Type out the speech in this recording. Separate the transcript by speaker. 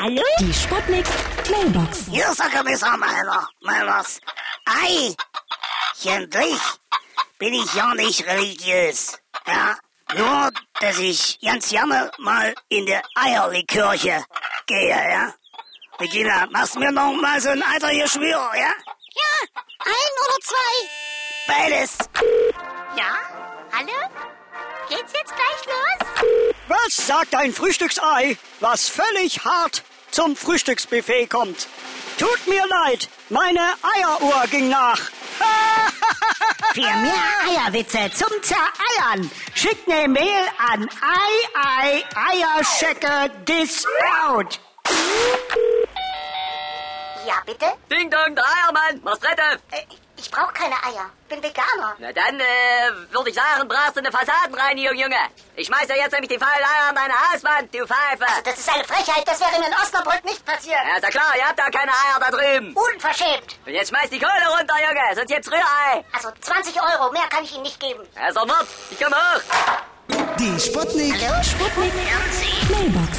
Speaker 1: Hallo?
Speaker 2: Die Sputnik Mailbox.
Speaker 3: Hier ist der Kommissar Meiner, Meiners. Ei, endlich bin ich ja nicht religiös. Ja, nur, dass ich ganz gerne mal in die Eierlikörche gehe, ja. Regina, machst mir noch mal so ein alter Geschwür, ja?
Speaker 1: Ja, ein oder zwei?
Speaker 3: Beides.
Speaker 1: Ja? Hallo? Geht's jetzt gleich los?
Speaker 4: Was sagt ein Frühstücksei, was völlig hart zum Frühstücksbuffet kommt? Tut mir leid, meine Eieruhr ging nach.
Speaker 5: Für mehr Eierwitze zum Zereiern schickt ne Mail an ei ei eierschecke dis out.
Speaker 1: Ja, bitte?
Speaker 6: Ding Dong, oh der Eiermann, Mastrette.
Speaker 1: Äh, Ich brauche keine Eier. Bin Veganer.
Speaker 6: Na dann, äh, würde ich sagen, brauchst du eine Fassadenreinigung, Junge. Ich schmeiß dir jetzt nämlich die faulen Eier an deine Hauswand, du Pfeife.
Speaker 1: Also, das ist eine Frechheit. Das wäre mir in Osnabrück nicht passiert.
Speaker 6: Ja, ist ja klar, ihr habt da keine Eier da drüben.
Speaker 1: Unverschämt.
Speaker 6: Und jetzt schmeiß die Kohle runter, Junge, sonst gibt's Rührei.
Speaker 1: Also, 20 Euro. Mehr kann ich Ihnen nicht geben.
Speaker 6: Er ist Mord, ich komm hoch.
Speaker 7: Die Sputnik.
Speaker 1: Hallo? Sputnik?
Speaker 2: Mailbox.